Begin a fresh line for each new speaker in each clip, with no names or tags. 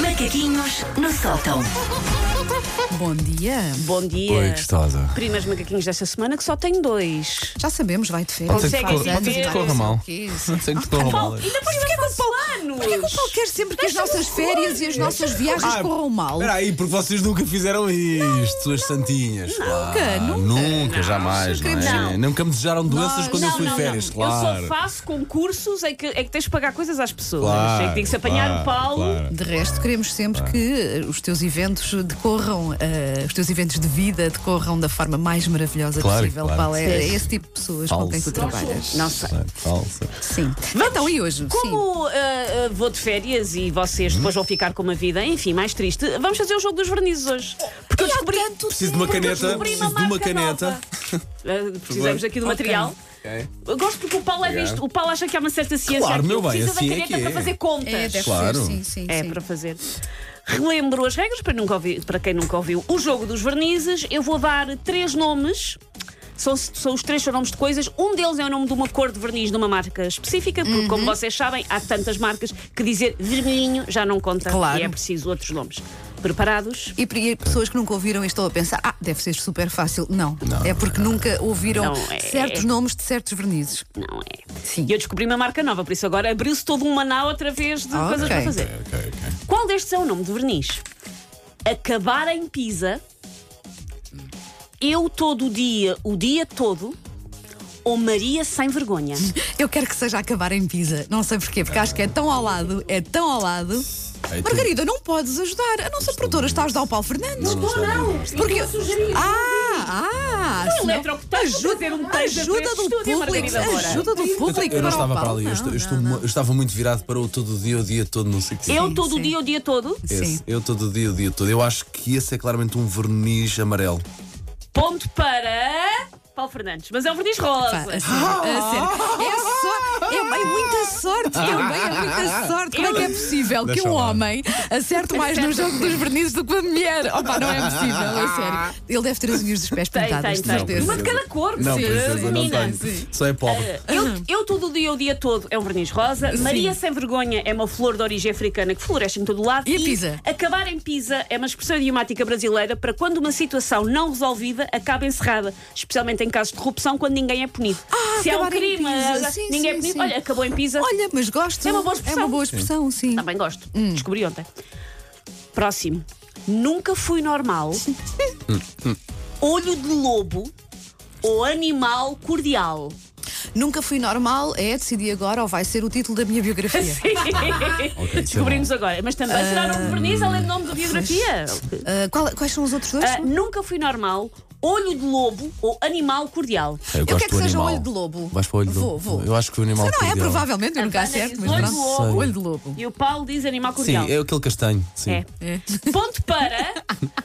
Macaquinhos no sótão.
Bom dia.
Bom dia.
Oi, gostosa.
Primeiros macaquinhos desta semana que só tem dois.
Já sabemos, vai de férias.
Pode ser que,
Consegue
corra- pode ser que
viver.
corra mal.
Que isso? é
Pode ser que corra mal.
Ainda por cima com planos.
O Paulo quer sempre que as nossas férias e as nossas viagens corram mal.
Ah, Espera aí, porque vocês nunca fizeram isto, suas santinhas. Nunca,
nunca.
Nunca, jamais, não,
queremos-
é? Nunca me desejaram doenças
Nós-
quando eu
Não,
fui
não,
férias,
não.
claro.
Eu só faço concursos em que, em que tens de pagar coisas às pessoas.
Claro,
em que tem que se apanhar
claro,
o Paulo.
claro.
De resto, queremos sempre que eh, os teus eventos decorram, eh, os teus eventos de vida decorram da forma mais maravilhosa
Claro,
possível,
claro.
Paulo. É esse tipo de pessoas com quem tu
Falsa.
trabalhas.
Não sei.
Falsa.
Sim. Então, e hoje? Sim.
Como ah, ah, vou de férias e vocês depois vão ficar com uma vida, enfim, mais triste, vamos fazer o jogo dos vernizes hoje. Porque eu descobri.
Preciso de uma
porque eu
caneta.
descobri
Preciso de uma
marca
caneta.
nova. Ah, precisamos aqui do material.
Ok.
Eu Gosto porque o Paulo é
Obrigado.
visto. O Paulo acha que há uma certa ciência.
Claro,
aqui.
meu bem,
Precisa
assim é
da caneta
que é.
para fazer contas.
É, deve ser,
Claro.
sim, sim,
É
sim.
para fazer. Relembro as regras para, nunca ouvi- para quem nunca ouviu o jogo dos vernizes. Eu vou dar três nomes. São, são os três nomes de coisas. Um deles é o nome de uma cor de verniz de uma marca específica, porque,
Uhum.
como vocês sabem, há tantas marcas que dizer vermelhinho já não conta.
Claro.
E é preciso outros nomes. Preparados?
E para- e pessoas que nunca ouviram e estão a pensar, ah, deve ser super fácil. Não, é porque nunca ouviram
Não, é-
certos nomes de certos vernizes.
Não é.
Sim.
E eu descobri uma marca nova, por isso agora abriu-se todo um maná outra vez de
Ah,
coisas
ok.
para fazer.
Ok, ok.
Qual destes é o nome de verniz? Acabar em Pisa. Eu todo o dia, o dia todo. Ou Maria sem vergonha.
Eu quero que seja a acabar em Pisa. Não sei porquê, porque acho que é tão ao lado, é tão ao lado.
Aí tu- é
Margarida, não podes ajudar. A nossa produtora está a ajudar o Paulo Fernandes.
Porque
eu Ah, ah!
Não, é eletrocutado, vou
ajuda,
trazer um beijo
ajuda
para este
do
estúdio,
público,
Margarida Moura.
ajuda do público.
Então, Eu não
para o
estava para
Paulo.
ali, eu, estou- eu
Não,
estou-
não, não.
eu estava muito virado para o todo o dia, o dia todo, não sei o quê.
Eu
Sim,
todo o
sim.
dia, o dia todo.
Esse,
Sim.
eu todo o dia, o dia todo. Eu acho que esse é claramente um verniz amarelo.
Ponto para. Paulo Fernandes. Mas é o verniz rosa.
Pá, a sério, a sério. É só. É bem muita sorte também, é muita sorte. Como é que é possível que
Deixa
um
lá.
homem acerte mais no jogo dos vernizes do que uma mulher? Opa, não é possível, é sério. Ele deve ter as unhas dos pés
Tem, tem,
pintadas, de
tem.
certeza.
Uma de cada cor.
Não,
sim.
princesa, não
Menina.
tenho. Só é pobre.
Eu, eu todo o dia, o dia todo, é um verniz rosa. Maria Sem Vergonha é uma flor de origem africana que floresce em todo o lado.
E a Pisa?
Acabar em Pisa é uma expressão idiomática brasileira para quando uma situação não resolvida acaba encerrada. Especialmente em casos de corrupção, quando ninguém é punido. Se há um
acabar em
crime,
Pisa.
ah,
Sim,
ninguém é
sim,
punido.
sim.
Olha, acabou em Pisa.
Olha, Hum. mas gosto.
É uma boa expressão.
É uma boa expressão, sim.
Também gosto. Descobri ontem. Próximo. Nunca fui normal. Olho de lobo ou animal cordial.
Ah, Nunca fui normal, é decidi agora ou vai ser o título da minha biografia.
Ok,
Descobrimos agora. Mas também será nome de um verniz além do nome da biografia.
Ah, qual- quais são os outros dois?
Ah, nunca fui normal, olho de lobo ou animal cordial.
Eu,
quero
gosto
que
do
seja o
animal.
olho de lobo.
Vais para o olho de
Vou,
lobo.
vou.
Eu acho que o animal.
Não, não é,
cordial.
provavelmente, eu nunca
Havana
acerto,
diz
mas
olho de
pronto.
lobo.
Olho de lobo.
E o Paulo diz animal
Sim,
cordial.
é aquele castanho. Sim.
É.
É.
Ponto para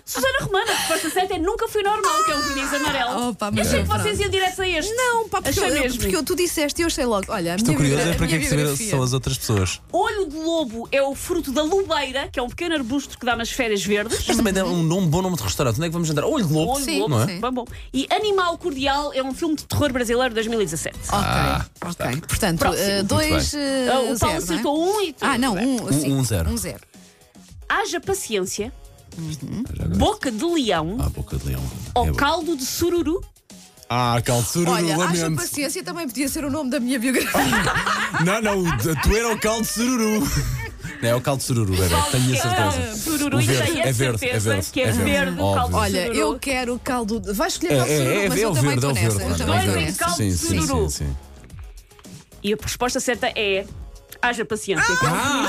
Susana Romana, resposta certa é nunca fui normal, que é um verniz amarelo.
opa, mas
Achei que
Oh, pronto.
vocês iam direto a este.
Não, pá, porque,
Achei
eu-
mesmo.
porque eu- tu disseste e eu sei logo. Olha, a
Estou
minha
curioso
biogra-
é para
a
que é
minha
que saber
biografia.
são as outras pessoas.
Olho de lobo é o fruto da lubeira, que é um pequeno arbusto que dá umas férias verdes.
Mas também é um nome, bom nome de restaurante. Onde é que vamos entrar? Olho de lobo.
Olho de
Sim,
lobo,
não é?
sim.
bom, bom. E Animal Cordial é um filme de terror brasileiro de 2017.
Ok, ok. Portanto,
Próximo.
eh, dois. eh,
Ah, o Paulo
zero, não é?
acertou um e tu.
Ah, não, um, sim.
um zero.
Um zero.
Haja paciência, boca de leão
Ah, boca de leão.
ou
É bom.
caldo de sururu.
Ah, caldo
Oh, Olha, acha
lamento.
paciência também podia ser o nome da minha biografia.
Não, não, o- tu era o caldo de sururu. Não, é o caldo de sururu, bebê. Tenho
é
a
Ah,
certeza.
sururu,
O
e
verde,
tenho a
é verde,
certeza
é verde,
que é,
é verde.
verde, o caldo de
Óbvio.
Olha,
sururu.
eu quero caldo. de- Vai escolher
É,
caldo de
é,
sururu,
é,
mas eu
verde, é
também
verde,
estou
é
nessa.
verde.
Eu
não,
também
é
estou
verde.
nessa.
caldo
Sim,
de
sim,
sururu.
sim, sim.
E a resposta certa é. Haja paciência.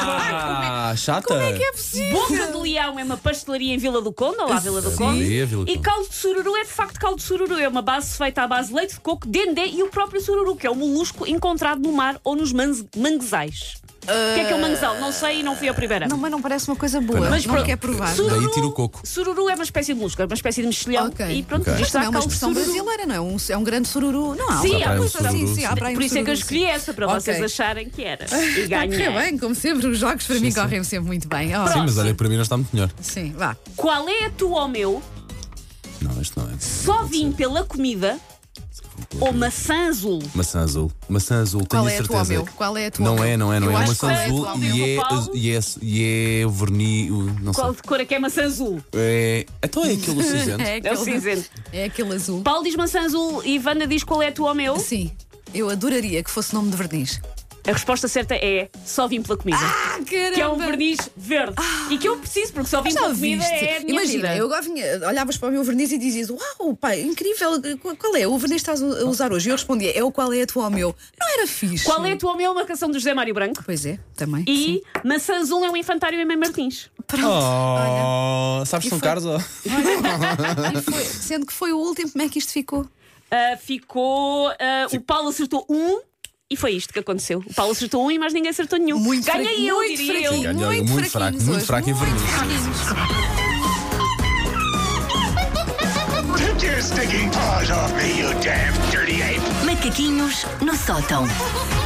Ah, chata. Como é que é possível?
Boca de Leão é uma pastelaria em Vila do Conde, ou lá Vila do
Sim.
Conde.
Sim, é Vila do
E
Conde.
caldo de sururu é de facto caldo de sururu. É uma base feita à base de leite de coco, dendê e o próprio sururu, que é um molusco encontrado no mar ou nos mangue- manguezais. O que é que é o manguezal? Não sei e não fui a primeira.
Não, mas não parece uma coisa boa.
Mas
não
pronto.
quer provar.
Su- Daí tira o coco.
Sururu é uma espécie de molusco, é uma espécie de mexilhão.
Ok.
E pronto,
Ok.
isto
Mas
está
também é
caldo
uma
de
expressão
sururu.
brasileira, não é? Um, é um grande sururu. Não há
Sim,
uma
há
coisa
um
assim,
sururu,
sim, há para aí um
Por isso é que eu
sururu, sim.
escolhi essa, para
Ok.
vocês acharem que era. E
Está a correr
ganhei.
bem, como sempre, os jogos para mim correm sempre muito bem. Ó,
Sim, mas olha, para mim não está muito melhor.
Sim, vá.
Qual é a tua ou meu?
Não, isto não é.
Só vim pela comida ou maçã azul.
Maçã azul. Maçã azul,
Qual
tenho
é a tua,
certeza.
meu? Qual é a tua?
Não
meu?
é, não é, não
Eu
é.
acho
maçã
que
azul
qual
meu,
e é,
Paulo.
az- e, é, e é verniz. Não
Qual
sei.
de cor é que é maçã azul?
É, então é aquilo cinzento.
É,
É o
aquele-
cinzento.
é aquele azul.
Paulo diz maçã azul e Wanda diz qual é a tua ou meu?
Sim, eu adoraria que fosse nome de verniz.
A resposta certa é só vim pela comida.
Ah, caramba!
que é um verniz verde. E que eu preciso, porque só vim
Já
pela comida
viste?
é a minha
Imagina,
vida.
eu agora vinha, olhavas para o meu verniz e dizias: Uau, pai, incrível, qu- qual é? O verniz que estás a usar hoje? E eu respondia: É o qual é a tua ao meu. Não era fixe.
Qual é a tua ou meu? Uma canção do José Mário Branco.
Pois é, também. sim.
E maçã azul é um infantário em Mãe Martins.
Pronto. Olha,
Oh, sabes
E
São
foi-
Carlos? ó?
e foi- sendo que foi o último, como é que isto ficou?
Ah, ficou. ah, o Paulo acertou um e foi isto que aconteceu. O Paulo acertou um e mais ninguém acertou nenhum.
Muito
Ganhei
fraco,
eu,
muito
diria
fraquinho,
eu.
Ganhou
muito,
muito fraco,
fraquinhos
muito
hoje,
fraco em verniz.
Take your stinking paws off me, you damn dirty ape!
Macaquinhos no sótão.
fraquinhos.